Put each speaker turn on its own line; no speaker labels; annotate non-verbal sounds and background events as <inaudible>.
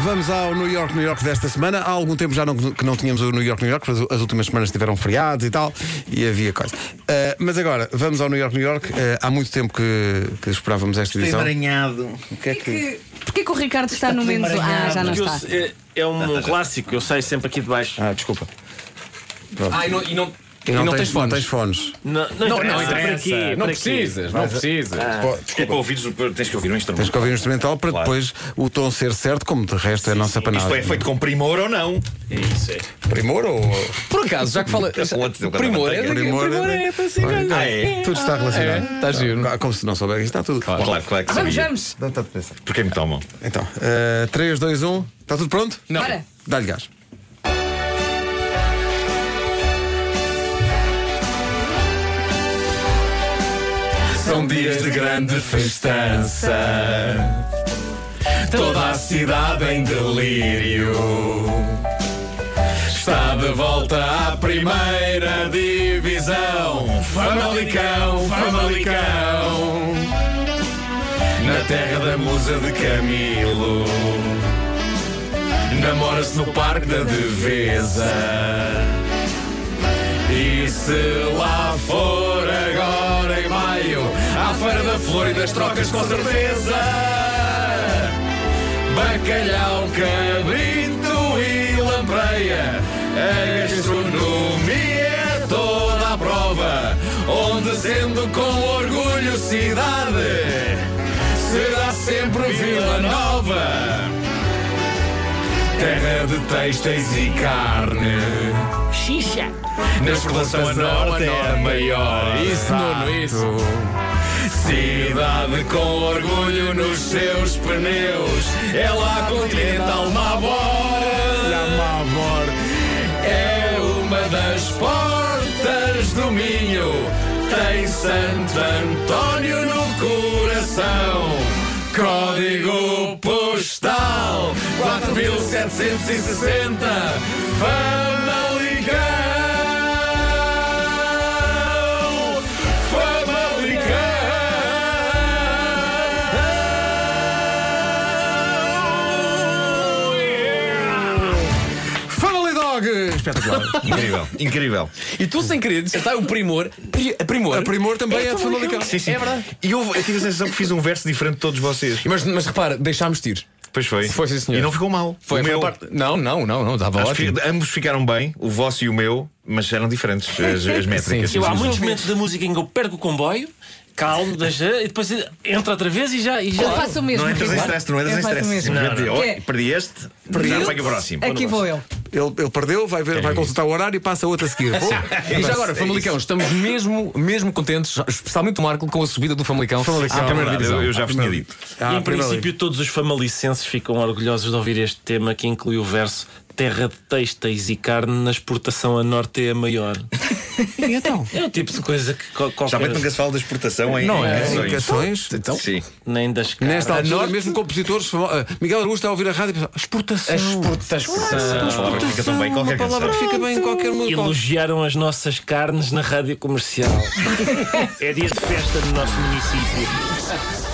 Vamos ao New York, New York desta semana. Há algum tempo já não, que não tínhamos o New York, New York, porque as últimas semanas tiveram feriados e tal, e havia coisa. Ah, mas agora, vamos ao New York, New York. Ah, há muito tempo que, que esperávamos esta
Estou
edição.
emaranhado.
O que é que.
Que, porquê que o Ricardo está no menos. Ah, já não
Porque eu
está.
se- é, é um clássico, eu saio sempre aqui de baixo.
Ah, desculpa.
Ah, e não, e não, e
E
não tens fones.
Não tens fones.
Não, não, interessa,
Não, não
para
interessa.
quê?
Não
Para quê?
precisas, não precisas.
Pô,
Porque é para ouvires, o- tens que ouvir um instrumento.
Tens que ouvir o instrumental para depois o tom ser certo, como de resto é a nossa panada.
Isto é feito com primor ou não?
Isso é.
Primor ou.
Por acaso, já que fala.
com outro, com outra
Primor é.
manteiga.
Primor
Primor
é-
é. para cima.
Ah, é?
Tudo está
É,
relacionado.
está giro.
Ah, Como se não soubesse, está tudo.
Claro, claro que
Vamos,
sabia.
vamos.
Não está depressa.
Porquê me tomam?
Então, eh, 3, 2, 1. Está tudo pronto?
Não.
Bora.
Dá-lhe gás.
São dias de grande festança. Toda a cidade em delírio. Está de volta à primeira divisão. Famalicão, Famalicão. Na terra da musa de Camilo. Namora-se no parque da Devesa. E se lá for agora em maio, à Feira da Flor e das Trocas, com certeza. Bacalhau, cabrito e lampreia, a gastronomia é toda à prova, onde sendo com orgulho cidade, será sempre Vila Nova. Terra de têxteis e carne. Na exploração a norte é a maior. Isso, Nuno, isso. Cidade com orgulho nos seus pneus. É lá continental Mabor. É uma das portas do Minho. Tem Santo António no coração. Código postal 4760. Famalicão. Famalicão.
Family Dog! Espetacular.
Incrível, incrível.
E tu sem querer disseste, ah, o primor. pri- A primor.
A primor também é,
É
de Famalicão.
Famalicão. É verdade.
E eu, eu tive a sensação que fiz um verso diferente de todos vocês.
Mas, mas repara, deixámos tiros.
Pois foi.
Foi, sim, senhor.
E não ficou mal.
Foi,
o
foi
meu.
a parte. Não, não, não, não, estava
acho que
ótimo.
ambos ficaram bem, o vosso e o meu, mas eram diferentes as,
<laughs>
as métricas.
Sim,
Eu, há
sim.
muitos momentos da música em que eu perco o comboio, calmo, deixa, e depois entra outra vez e já. E já
Eu faço o mesmo.
Não entras em
Ricardo.
stress, tu não entras
Eu
em
faço
stress.
o mesmo.
Simplesmente,
Não, não.
oh,
Que é-
Perdi este,
Eu-
não pega é o próximo.
Aqui vou eu.
Ele, ele perdeu, vai, ver, vai consultar o horário e passa outra a seguir. Boa.
E já agora, Famalicão, estamos mesmo, mesmo contentes, especialmente o Marco, com a subida do Famalicão.
Famalicão.
à
É
primeira
verdade,
divisão.
eu, eu já vos tinha dito.
Ah,
e em
primeiro
princípio, todos os famalicenses ficam orgulhosos de ouvir este tema que inclui o verso Terra de têxteis e carne na exportação a norte é
<laughs>
a maior.
então?
É o tipo de coisa que qual- qualquer.
Geralmente nunca se fala da exportação em
Não é?
canções.
Indicações.
Então,
Sim.
Nem das caras.
Nesta altura,
norte-
mesmo compositores. famo- ah, Miguel Araújo está a ouvir a rádio e pensa: exportação.
exportação.
palavra que fica tão bem em
Uma
qualquer
palavra que
canção.
fica bem em qualquer música.
Elogiaram as nossas carnes na rádio comercial. é dia de festa no nosso município.